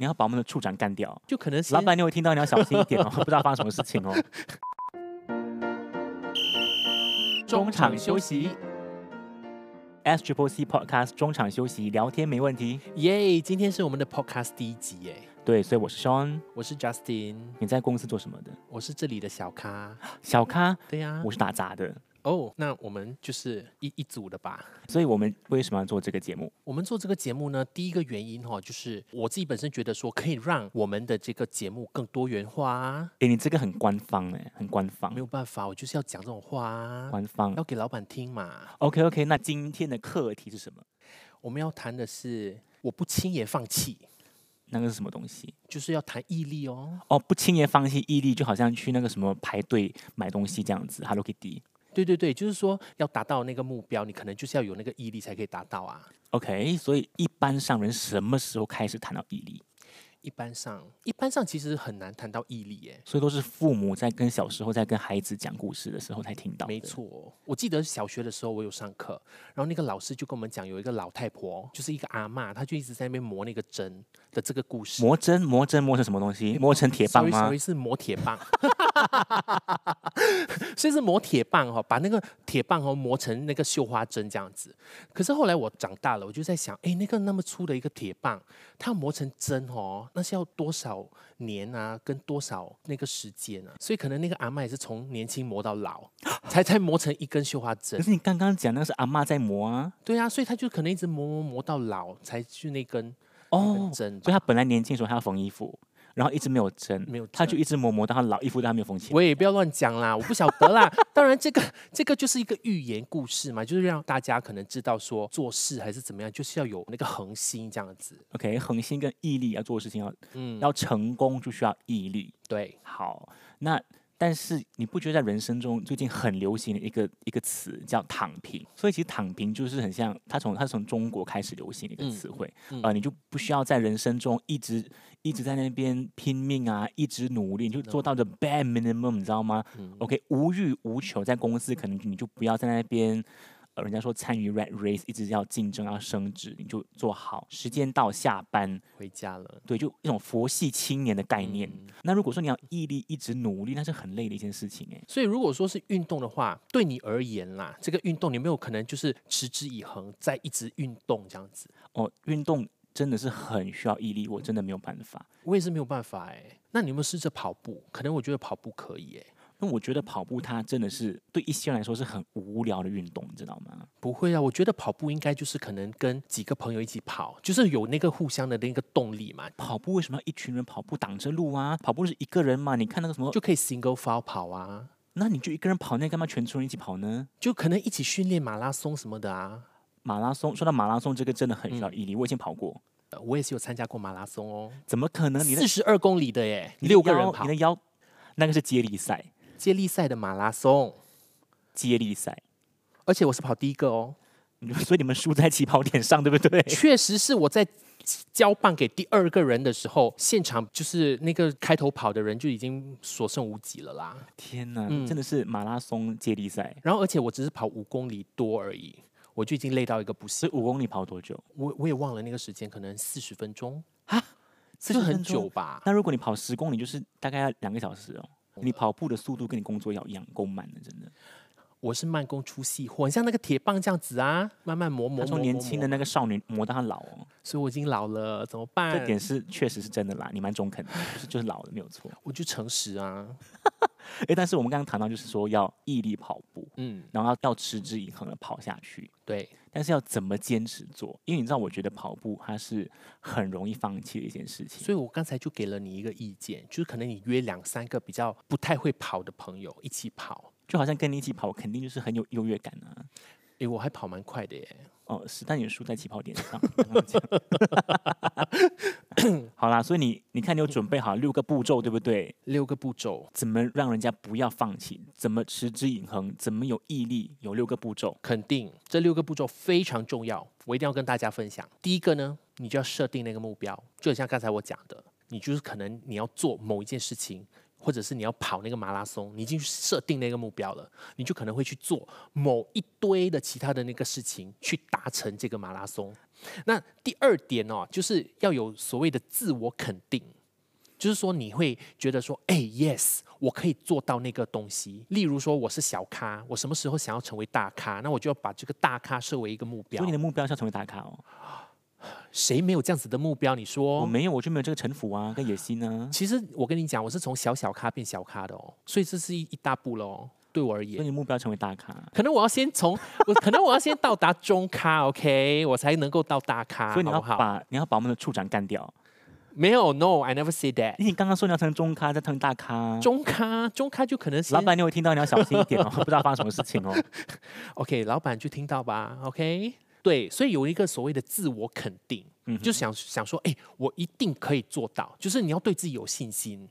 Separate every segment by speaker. Speaker 1: 你要把我们的处长干掉。
Speaker 2: 就可能是
Speaker 1: 老板，你有听到，你要小心一点哦，不知道发生什么事情哦。中场休息。S Triple C Podcast 中场休息聊天没问题。
Speaker 2: 耶！今天是我们的 podcast 第一集耶，
Speaker 1: 对，所以我是 Sean。
Speaker 2: 我是 Justin，
Speaker 1: 你在公司做什么的？
Speaker 2: 我是这里的 小咖，
Speaker 1: 小咖，
Speaker 2: 对呀、
Speaker 1: 我是打杂的。
Speaker 2: 哦，那我们就是一一组的吧。
Speaker 1: 所以我们为什么要做这个节目？
Speaker 2: 我们做这个节目呢，第一个原因哈、哦，就是我自己本身觉得说，可以让我们的这个节目更多元化啊。
Speaker 1: 诶，你这个很官方哎、很官方
Speaker 2: 没，有办法，我就是要讲这种话啊，
Speaker 1: 官方。
Speaker 2: 要给老板听嘛。
Speaker 1: OK OK，那今天的课题是什么？
Speaker 2: 我们要谈的是，我不轻言放弃，
Speaker 1: 那个是什么东西？
Speaker 2: 就是要谈毅力哦。
Speaker 1: 哦，不轻言放弃毅力，就好像去那个什么排队买东西这样子。Hello Kitty。
Speaker 2: 对对对，就是说要达到那个目标，你可能就是要有那个毅力才可以达到啊。
Speaker 1: OK，所以一般上人什么时候开始谈到毅力？
Speaker 2: 一般上，一般上其实很难谈到毅力耶。
Speaker 1: 所以都是父母在跟小时候在跟孩子讲故事的时候才听到。
Speaker 2: 没，错，我记得小学的时候我有上课，然后那个老师就跟我们讲，有一个老太婆，就是一个阿嬷，她就一直在那边磨那个针的这个故事。
Speaker 1: 磨针，磨针，磨成什么东西？磨成铁棒
Speaker 2: sorry,
Speaker 1: 吗
Speaker 2: sorry，是磨铁棒， 所以是磨铁棒哦，把那个铁棒哦磨成那个绣花针这样子。可是后来我长大了，我就在想，哎，那个那么粗的一个铁棒，它要磨成针哦，那是要多少年啊，跟多少那个时间啊？所以可能那个阿嬷也是从年轻磨到老，才才磨成一根绣花针
Speaker 1: 可。是你刚刚讲那个是阿嬷在磨啊，
Speaker 2: 对啊，所以他就可能一直磨磨磨到老，才去那根那根
Speaker 1: 哦，
Speaker 2: 针吧。
Speaker 1: 所以她本来年轻的时候她要缝衣服，然后一直没有针，
Speaker 2: 没有
Speaker 1: 她就
Speaker 2: 针
Speaker 1: 一直磨磨到她老衣服都还没有缝起来。
Speaker 2: 我也不要乱讲啦，我不晓得啦。当然，这个这个就是一个寓言故事嘛，就是让大家可能知道说做事还是怎么样，就是要有那个恒心这样子。
Speaker 1: OK，恒心跟毅力要做的事情要
Speaker 2: 嗯，
Speaker 1: 要成功就需要毅力。
Speaker 2: 对，
Speaker 1: 好，那但是你不觉得在人生中最近很流行的一个一个词叫“躺平”？所以其实“躺平”就是很像它从它从中国开始流行的一个
Speaker 2: 嗯
Speaker 1: 词汇，
Speaker 2: 嗯
Speaker 1: 呃，你就不需要在人生中一直一直在那边拼命啊，一直努力，你就做到的 bare minimum，你知道吗、
Speaker 2: 嗯
Speaker 1: o k 无欲无求，在公司可能你就不要在那边。呃，人家说参与 rat race 一直要竞争要升职，你就做好。时间到下班，
Speaker 2: 回家了。
Speaker 1: 对，就一种佛系青年的概念。
Speaker 2: 嗯
Speaker 1: 那如果说你要毅力一直努力，那是很累的一件事情哎。
Speaker 2: 所以如果说是运动的话，对你而言啦，这个运动你有没有可能就是持之以恒，在一直运动这样子？
Speaker 1: 哦，运动真的是很需要毅力，我真的没有办法。
Speaker 2: 我也是没有办法哎、那你有没有试着跑步？可能我觉得跑步可以哎、
Speaker 1: 那我觉得跑步它真的是对一些人来说是很无聊的运动，你知道吗？
Speaker 2: 不会啊，我觉得跑步应该就是可能跟几个朋友一起跑，就是有那个互相的那个动力嘛，
Speaker 1: 跑步为什么要一群人跑步挡着路啊？跑步是一个人嘛？你看那个什么，
Speaker 2: 就可以 single file 跑啊，
Speaker 1: 那你就一个人跑，那干嘛全村人一起跑呢？
Speaker 2: 就可能一起训练马拉松什么的啊。
Speaker 1: 马拉松，说到马拉松这个真的很需要毅
Speaker 2: 嗯
Speaker 1: 力，我以前跑过，
Speaker 2: 呃我也是有参加过马拉松哦，
Speaker 1: 怎么可能你的
Speaker 2: 四十二公里的耶，
Speaker 1: 你的
Speaker 2: 六个人
Speaker 1: 腰
Speaker 2: 跑
Speaker 1: 你的腰那个是接力赛，
Speaker 2: 接力赛的马拉松，
Speaker 1: 接力赛，
Speaker 2: 而且我是跑第一个哦，
Speaker 1: 所以你们输在起跑点上，对不 对？
Speaker 2: 确实是我在交棒给第二个人的时候，现场就是那个开头跑的人就已经所剩无几了啦。
Speaker 1: 天呐，
Speaker 2: 嗯
Speaker 1: 真的是马拉松接力赛，
Speaker 2: 然后而且我只是跑五公里多而已，我就已经累到一个不
Speaker 1: 所
Speaker 2: 行
Speaker 1: 以。五公里跑多久？
Speaker 2: 我我也忘了那个时间，可能四十分钟，
Speaker 1: 四
Speaker 2: 就很久。吧。
Speaker 1: 那如果你跑十公里，就是大概要两个小时哦。你跑步的速度跟你工作要一样，够慢的，真的。
Speaker 2: 我是慢工出细活，很像那个铁棒这样子啊，慢慢磨磨
Speaker 1: 他
Speaker 2: 磨
Speaker 1: 从
Speaker 2: 磨
Speaker 1: 年轻的
Speaker 2: 磨
Speaker 1: 那个少女磨到她老哦，
Speaker 2: 所以我已经老了，怎么办？
Speaker 1: 这点是确实是真的啦。你蛮中肯的，就是就是老了没有错。
Speaker 2: 我就诚实啊，
Speaker 1: 诶，但是我们刚刚谈到就是说要毅力跑步，
Speaker 2: 嗯，
Speaker 1: 然后要要持之以恒的跑下去。
Speaker 2: 对，
Speaker 1: 但是要怎么坚持做？因为你知道，我觉得跑步它是很容易放弃的一件事情。
Speaker 2: 所以我刚才就给了你一个意见，就是可能你约两三个比较不太会跑的朋友一起跑，
Speaker 1: 就好像跟你一起跑，肯定就是很有优越感啊。
Speaker 2: 诶，我还跑蛮快的耶，
Speaker 1: 哦，是，但也输在起跑点上。刚刚 讲好啦，所以你你看，你有准备好六个步骤，对不对？
Speaker 2: 六个步骤，
Speaker 1: 怎么让人家不要放弃？怎么持之以恒？怎么有毅力？有六个步骤。
Speaker 2: 肯定这六个步骤非常重要，我一定要跟大家分享。第一个呢，你就要设定那个目标，就很像刚才我讲的，你就是可能你要做某一件事情，或者是你要跑那个马拉松，你已经设定那个目标了，你就可能会去做某一堆的其他的那个事情去达成这个马拉松。那第二点哦，就是要有所谓的自我肯定，就是说你会觉得说，哎，yes，我可以做到那个东西。例如说我是小咖，我什么时候想要成为大咖，那我就要把这个大咖设为一个目标
Speaker 1: 所以你。的目标是要成为打卡哦。
Speaker 2: 谁没有这样子的目标？你说
Speaker 1: 我没有，我就没有这个城府啊，跟野心啊。
Speaker 2: 其实我跟你讲，我是从小小咖变小咖的哦，所以这是一一大步喽，对我而
Speaker 1: 所以
Speaker 2: 言。
Speaker 1: 你目标成为大咖，
Speaker 2: 可能我要先从 我，可能我要先到达中咖，OK，我才能够到大咖，
Speaker 1: 所以你要
Speaker 2: 好不好？
Speaker 1: 把你要把我们的处长干掉。
Speaker 2: 没有，No，I never say that。
Speaker 1: 你刚刚说你要成中咖，再成大咖，
Speaker 2: 中咖，中咖就可能
Speaker 1: 老
Speaker 2: 先
Speaker 1: 板你有听到，你要小心一点哦，不知道发生什么事情哦。
Speaker 2: OK，老板就听到吧，OK。对，所以有一个所谓的自我肯定，
Speaker 1: 嗯
Speaker 2: 就想想说，哎，我一定可以做到，就是你要对自己有信心，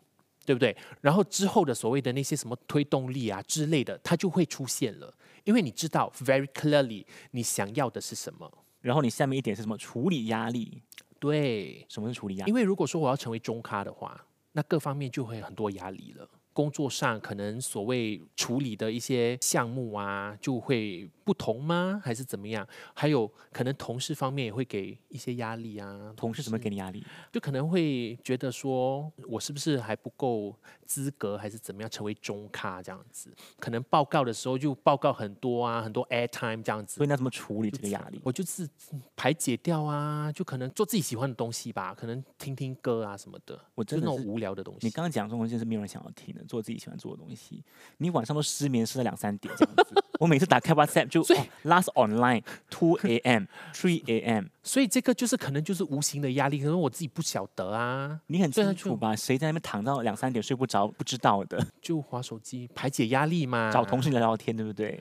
Speaker 2: 对不对？然后之后的所谓的那些什么推动力啊之类的，它就会出现了，因为你知道 very clearly 你想要的是什么。
Speaker 1: 然后你下面一点是什么？处理压力。
Speaker 2: 对，
Speaker 1: 什么是处理压力
Speaker 2: 因？为如果说我要成为中咖的话，那各方面就会很多压力了。工作上可能所谓处理的一些项目啊，就会不同吗？还是怎么样？还有可能同事方面也会给一些压力啊，
Speaker 1: 同事怎么给你压力？
Speaker 2: 就可能会觉得说我是不是还不够资格，还是怎么样成为中咖这样子？可能报告的时候就报告很多啊，很多 air time 这样子
Speaker 1: 所以。你要怎么处理这个压力？
Speaker 2: 我就是排解掉啊，就可能做自己喜欢的东西吧，可能听听歌啊什么的，
Speaker 1: 我
Speaker 2: 就
Speaker 1: 真
Speaker 2: 那
Speaker 1: 的
Speaker 2: 种
Speaker 1: 是，
Speaker 2: 无聊的东
Speaker 1: 你
Speaker 2: 西。
Speaker 1: 刚刚讲这种东西是没有人想要听的，做自己喜欢做的东西。你晚上都失眠，失到两三点这样子。我每次打开 WhatsApp 就、
Speaker 2: 所以
Speaker 1: 哦、last online two a.m. three a.m.
Speaker 2: 所以这个就是可能就是无形的压力，可能我自己不晓得啊，
Speaker 1: 你很
Speaker 2: 对啊
Speaker 1: 清
Speaker 2: 就
Speaker 1: 楚吧？谁在那边躺到两三点睡不着，不知道的，
Speaker 2: 就划手机排解压力嘛。
Speaker 1: 找同事聊聊
Speaker 2: 啊
Speaker 1: 天，对不对？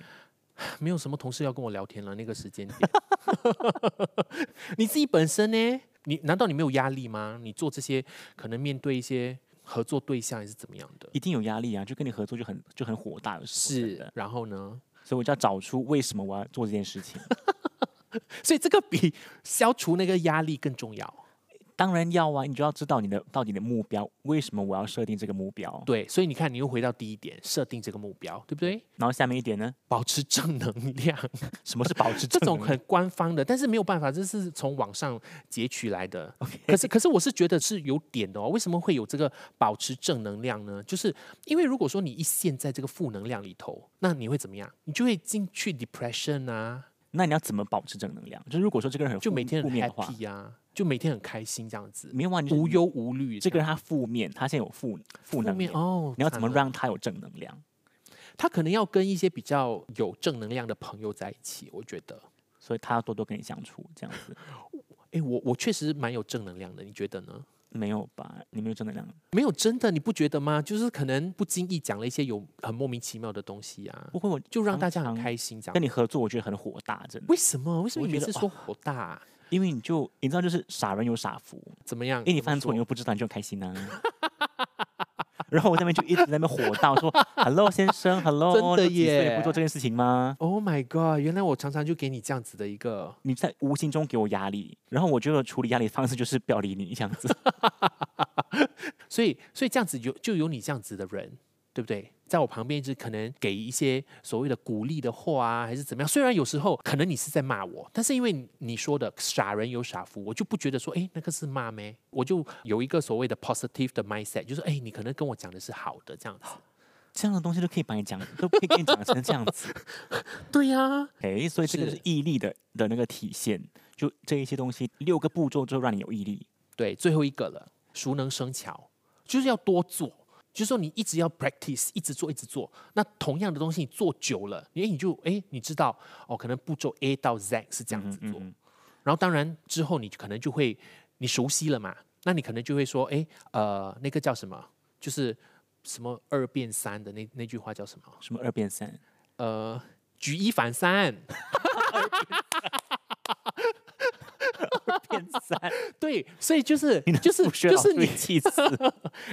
Speaker 2: 没有什么同事要跟我聊天了，那个时间点。 你自己本身呢？你难道你没有压力吗？你做这些可能面对一些合作对象还是怎么样的？
Speaker 1: 一定有压力啊！就跟你合作就很就很火大的时候真
Speaker 2: 是
Speaker 1: 的，，
Speaker 2: 然后呢？
Speaker 1: 所以我就要找出为什么我要做这件事情。
Speaker 2: 所以这个比消除那个压力更重要。
Speaker 1: 当然要啊，你就要知道你的到底的目标，为什么我要设定这个目标？
Speaker 2: 对，所以你看，你又回到第一点，设定这个目标，对不对？
Speaker 1: 然后下面一点呢，
Speaker 2: 保持正能 量，
Speaker 1: 什么是保持
Speaker 2: 这种
Speaker 1: 很
Speaker 2: 很官方的，但是没有办法，这是从网上截取来的。可是，可是我是觉得是有点的哦。为什么会有这个保持正能量呢？就是因为如果说你一陷在这个负能量里头，那你会怎么样？你就会进去 depression 啊，
Speaker 1: 那你要怎么保持正能量？就如果说这个人很
Speaker 2: 就
Speaker 1: 负
Speaker 2: 每天
Speaker 1: 负
Speaker 2: 很
Speaker 1: 面的话，
Speaker 2: happy 啊，就每天很开心这样子，
Speaker 1: 没有啊，你
Speaker 2: 无
Speaker 1: 无
Speaker 2: 忧无虑。
Speaker 1: 这个人他负面，他现在有负负
Speaker 2: 负
Speaker 1: 能
Speaker 2: 面
Speaker 1: 量，
Speaker 2: 哦，
Speaker 1: 你要怎么
Speaker 2: 惨了
Speaker 1: 让他有正能量？
Speaker 2: 他可能要跟一些比较有正能量的朋友在一起？我觉得。
Speaker 1: 所以他要多多跟你相处，这样子
Speaker 2: 哎，我我确实蛮有正能量的，你觉得呢？
Speaker 1: 没有吧？你没有正能量，
Speaker 2: 没有真的，你不觉得吗？就是可能不经意讲了一些有很莫名其妙的东西啊，
Speaker 1: 不会我
Speaker 2: 就让大家很
Speaker 1: 常常
Speaker 2: 开心这样
Speaker 1: 跟。你合作，我觉得很火大，真的，
Speaker 2: 为什么？为什么
Speaker 1: 我
Speaker 2: 你
Speaker 1: 觉
Speaker 2: 每
Speaker 1: 得
Speaker 2: 次说火大啊、
Speaker 1: 因为你就你知道，就是傻人有傻福，
Speaker 2: 怎么样？
Speaker 1: 哎，你
Speaker 2: 怎么
Speaker 1: 犯错
Speaker 2: 说
Speaker 1: 你又不知道，你就很开心啊。 然后我那边就一直在那边火大，我 说 “Hello 先生，Hello，
Speaker 2: 真的
Speaker 1: 都几岁
Speaker 2: 耶
Speaker 1: 了不做这件事情吗？
Speaker 2: ？Oh my god！原来我常常就给你这样子的一个，
Speaker 1: 你在无形中给我压力，然后我觉得处理压力的方式就是不要理你这样子。
Speaker 2: 所以所以这样子有就有你这样子的人，对不对？在我旁边就可能给一些所谓的鼓励的话啊，还是怎么样？虽然有时候可能你是在骂我，但是因为你你说的傻人有傻福，我就不觉得说，哎，那个是骂咩？我就有一个所谓的 positive 的 mindset，就是哎，你可能跟我讲的是好的这样子。
Speaker 1: 这样的东西都可以把你讲， 都可以跟你讲成这样 子。
Speaker 2: 对呀、
Speaker 1: 哎，所以这个就是
Speaker 2: 是
Speaker 1: 毅力的的那个体现，就这一些东西六个步骤之后让你有毅力。
Speaker 2: 对，最后一个了，熟能生巧，就是要多做。就是说你一直要 practice，一直做，一直做。那同样的东西你做久了，诶，你就诶，你知道哦，可能步骤 A 到 Z 是这样
Speaker 1: 嗯
Speaker 2: 子做。然后当然之后你可能就会你熟悉了嘛，那你可能就会说，诶，呃，那个叫什么？就是什么二变三的那那句话叫什么？
Speaker 1: 什么二变 三？
Speaker 2: 呃，举一反三。
Speaker 1: 变三？
Speaker 2: 对，所以就是
Speaker 1: 你的
Speaker 2: 就是
Speaker 1: 数学
Speaker 2: 就
Speaker 1: 老
Speaker 2: 是
Speaker 1: 师会
Speaker 2: 你
Speaker 1: 气 死。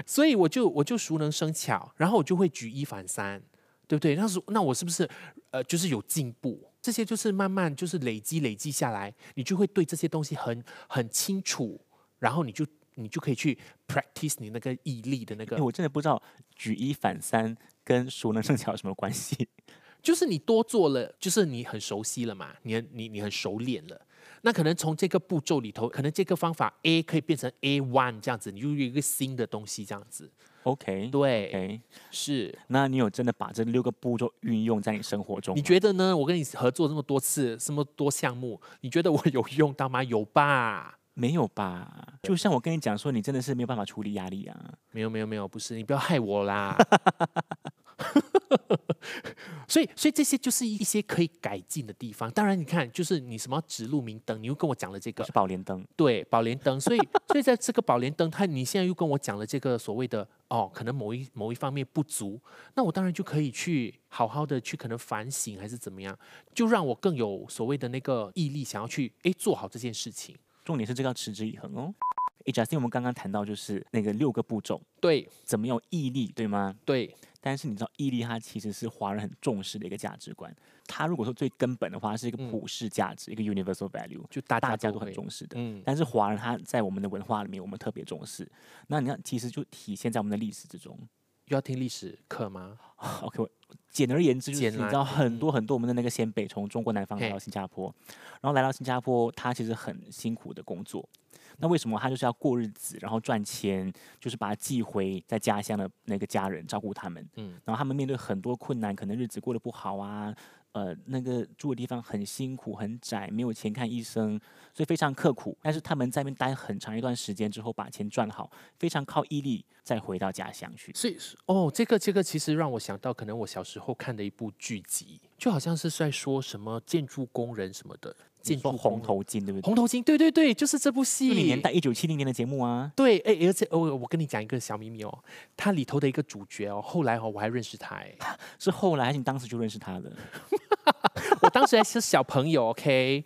Speaker 2: 所以我就我就熟能生巧，然后我就会举一反三，对不对？那时候那我是不是呃就是有进步？这些就是慢慢就是累积累积下来，你就会对这些东西很很清楚，然后你就你就可以去 practice 你那个毅力的那个
Speaker 1: 哎，我真的不知道举一反三跟熟能生巧有什么关系。
Speaker 2: 就是你多做了，就是你很熟悉了嘛，你很你你很熟练了。那可能从这个步骤里头，可能这个方法 A 可以变成 A one 这样子，你就有一个新的东西这样子。
Speaker 1: OK，
Speaker 2: 对，
Speaker 1: OK，
Speaker 2: 是。
Speaker 1: 那你有真的把这六个步骤运用在你生活中吗？
Speaker 2: 你觉得呢？我跟你合作这么多次，这么多项目，你觉得我有用到吗？有吧？
Speaker 1: 没有吧？就像我跟你讲说，你真的是没有办法处理压力啊。
Speaker 2: 没有没有没有，不是你不要害我 啦。所以所以这些就是一些可以改进的地方。当然，你看，就是你什么指路明灯，你又跟我讲了这个
Speaker 1: 是，宝莲灯，
Speaker 2: 对，宝莲灯，所以所以在这个宝莲灯，它你现在又跟我讲了这个所谓的哦，可能某一某一方面不足，那我当然就可以去好好的去可能反省还是怎么样，就让我更有所谓的那个毅力，想要去诶做好这件事情。
Speaker 1: 重点是这个要持之以恒哦。诶 j u s t i n 我们刚刚谈到就是那个六个步骤，
Speaker 2: 对
Speaker 1: 怎么有毅力，对吗？
Speaker 2: 对，
Speaker 1: 但是你知道，毅力它其实是华人很重视的一个价值观。它如果说最根本的话，它是一个
Speaker 2: 嗯
Speaker 1: 普世价值，一个 universal value，
Speaker 2: 就大
Speaker 1: 大
Speaker 2: 家
Speaker 1: 家
Speaker 2: 都
Speaker 1: 都很
Speaker 2: 会
Speaker 1: 重视的。
Speaker 2: 嗯，
Speaker 1: 但是华人他在我们的文化里面，我们特别重视。那你看，其实就体现在我们的历史之中。
Speaker 2: 又要听历史课吗？
Speaker 1: OK，我简而言之就是
Speaker 2: 简
Speaker 1: 你
Speaker 2: 而
Speaker 1: 知道很
Speaker 2: 嗯
Speaker 1: 多很多我们的那个先辈从中国南方来
Speaker 2: 嘿
Speaker 1: 到新加坡，然后来到新加坡，他其实很辛苦的工作。那为什么他就是要过日子，然后赚钱，就是把他寄回在家乡的那个家人照顾他们？
Speaker 2: 嗯
Speaker 1: 然后他们面对很多困难，可能日子过得不好啊，呃，那个住的地方很辛苦、很窄，没有钱看医生，所以非常刻苦。但是他们在那边待很长一段时间之后，把钱赚好，非常靠毅力再回到家乡去。
Speaker 2: 所以哦，这个这个其实让我想到，可能我小时候看的一部剧集，就好像是在说什么建筑工人什么的，
Speaker 1: 你
Speaker 2: 建
Speaker 1: 说
Speaker 2: 筑
Speaker 1: 红
Speaker 2: 工人
Speaker 1: 头巾，对不对？
Speaker 2: 红头巾，对对对，就是这部戏
Speaker 1: 六零年代一九七零年的节目啊，
Speaker 2: 对，哎、而且我我跟你讲一个小秘密哦，它里头的一个主角哦，后来哦我还认识他哎，
Speaker 1: 是后来还是你当时就认识他的？
Speaker 2: 我当时还是小朋友，OK，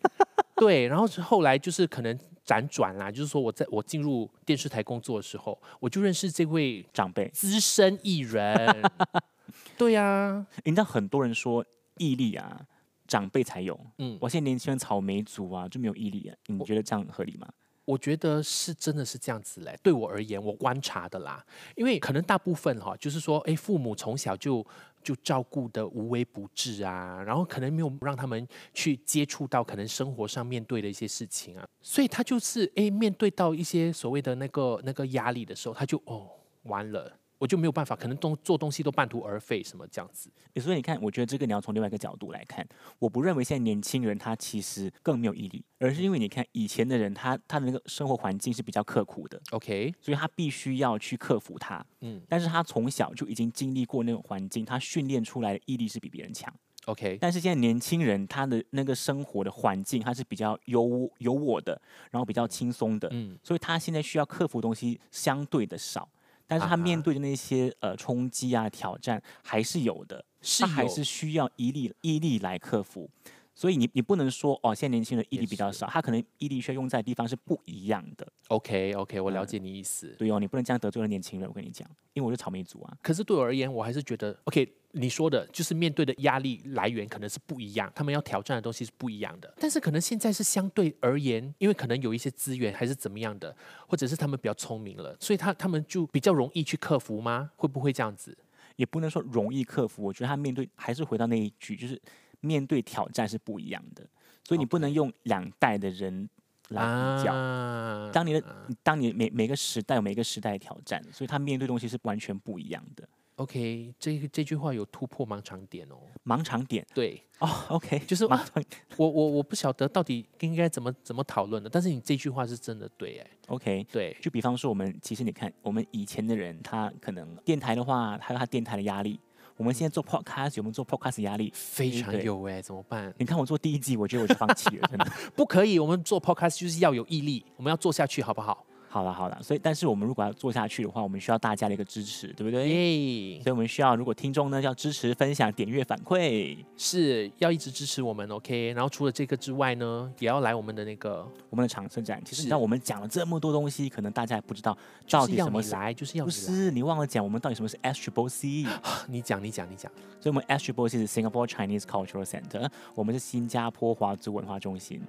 Speaker 2: 对，然后是后来就是可能辗转啦，就是说我在我进入电视台工作的时候，我就认识这位
Speaker 1: 长辈，
Speaker 2: 资深艺人， 对呀、
Speaker 1: 你知道很多人说毅力啊，长辈才有。
Speaker 2: 嗯，
Speaker 1: 我现在年轻人草莓族啊就没有毅力、啊，你觉得这样合理吗？
Speaker 2: 我觉得是真的是这样子嘞。对我而言，我观察的啦，因为可能大部分哈、就是说，哎，父母从小就就照顾的无微不至啊，然后可能没有让他们去接触到可能生活上面对的一些事情啊，所以他就是哎，面对到一些所谓的那个那个压力的时候，他就哦完了。我就没有办法，可能东做东西都半途而废，什么这样子。
Speaker 1: 诶所以你看，我觉得这个你要从另外一个角度来看，我不认为现在年轻人他其实更没有毅力，而是因为你看以前的人他他的那个生活环境是比较刻苦的，
Speaker 2: OK，
Speaker 1: 所以他必须要去克服它。
Speaker 2: 嗯
Speaker 1: 但是他从小就已经经历过那种环境，他训练出来的毅力是比别人强。
Speaker 2: ，OK，
Speaker 1: 但是现在年轻人他的那个生活的环境，他是比较优有我的，然后比较轻松的，
Speaker 2: 嗯，
Speaker 1: 所以他现在需要克服的东西相对的少，但是他面
Speaker 2: 啊
Speaker 1: 对的那些呃冲击啊挑战还是有的，
Speaker 2: 是
Speaker 1: 他还
Speaker 2: 有
Speaker 1: 是需要毅力毅力来克服。所以你你不能说哦，现在年轻人毅
Speaker 2: 也
Speaker 1: 力比较
Speaker 2: 是
Speaker 1: 少，他可能毅力需要用在的地方是不一样的。
Speaker 2: OK OK，我了
Speaker 1: 嗯
Speaker 2: 解你意思。
Speaker 1: 对哦，你不能这样得罪了年轻人，我跟你讲，因为我是草莓族啊。
Speaker 2: 可是对我而言，我还是觉得，OK，你说的就是面对的压力来源可能是不一样，他们要挑战的东西是不一样的。但是可能现在是相对而言，因为可能有一些资源还是怎么样的，或者是他们比较聪明了，所以他他们就比较容易去克服吗？会不会这样子？
Speaker 1: 也不能说容易克服。我觉得他面对还是回到那一句，就是面对挑战是不一样的，所以你不能用两代的人来比较。
Speaker 2: 啊
Speaker 1: 当你的当你每每个时代有每个时代的挑战，所以他面对东西是完全不一样的。
Speaker 2: OK，这个这句话有突破盲肠点哦。
Speaker 1: 盲场点
Speaker 2: 对
Speaker 1: 哦，OK，
Speaker 2: 就 是
Speaker 1: 盲场
Speaker 2: 我我我不晓得到底应该怎么怎么讨论的，但是你这句话是真的对哎，
Speaker 1: OK。
Speaker 2: 对，
Speaker 1: 就比方说，我们其实你看，我们以前的人，他可能电台的话，他有他电台的压力；我们现在做 podcast，有没有做 podcast 的压力？
Speaker 2: 非
Speaker 1: 对
Speaker 2: 常有哎，怎么办？
Speaker 1: 你看我做第一季，我觉得我就放弃了，真的。
Speaker 2: 不可以，我们做 podcast 就是要有毅力，我们要做下去，好不好？
Speaker 1: 好了好了，所以但是我们如果要做下去的话，我们需要大家的一个支持，对不对？
Speaker 2: 嗯耶，
Speaker 1: 所以我们需要，如果听众呢要支持、分享、点阅、反馈，
Speaker 2: 是要一直支持我们，OK。然后除了这个之外呢，也要来我们的那个，
Speaker 1: 我们的长生展。其实
Speaker 2: 是
Speaker 1: 你知道，我们讲了这么多东西，可能大家也不知道
Speaker 2: 就
Speaker 1: 到
Speaker 2: 是
Speaker 1: 底
Speaker 2: 要
Speaker 1: 什么
Speaker 2: 你
Speaker 1: 是。
Speaker 2: 来，就是要
Speaker 1: 不
Speaker 2: 你来。
Speaker 1: 是，你忘了讲我们到底什么是 S Triple C，
Speaker 2: 你讲，你讲，你讲。
Speaker 1: 所以我们 S Triple C 是 Singapore Chinese Cultural Center，我们是新加坡华族文化中心。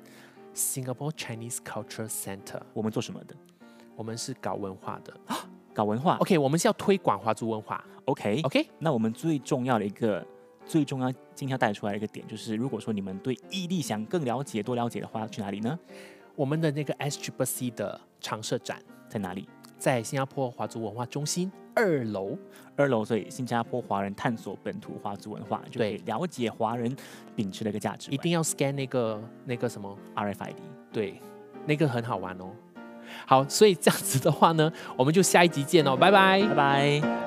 Speaker 2: Singapore Chinese Culture Center，
Speaker 1: 我们做什么的？
Speaker 2: 我们是搞文化的。
Speaker 1: 搞文化
Speaker 2: OK，我们是要推广华族文化。
Speaker 1: ，OK。
Speaker 2: OK，
Speaker 1: 那我们最重要的一个、最重要今天要带出来的一个点，就是如果说你们对异地想更了解、多了解的话，去哪里呢？
Speaker 2: 我们的那个 S Triple C 的常设展
Speaker 1: 在哪里？
Speaker 2: 在新加坡华族文化中心二楼。
Speaker 1: 二楼，所以新加坡华人探索本土华族文化，就可以
Speaker 2: 对
Speaker 1: 了解华人秉持的一个价值观。
Speaker 2: 一定要 scan 那个那个什么，
Speaker 1: RFID。
Speaker 2: 对，那个很好玩哦。好，所以这样子的话呢，我们就下一集见哦，拜拜。
Speaker 1: 拜拜。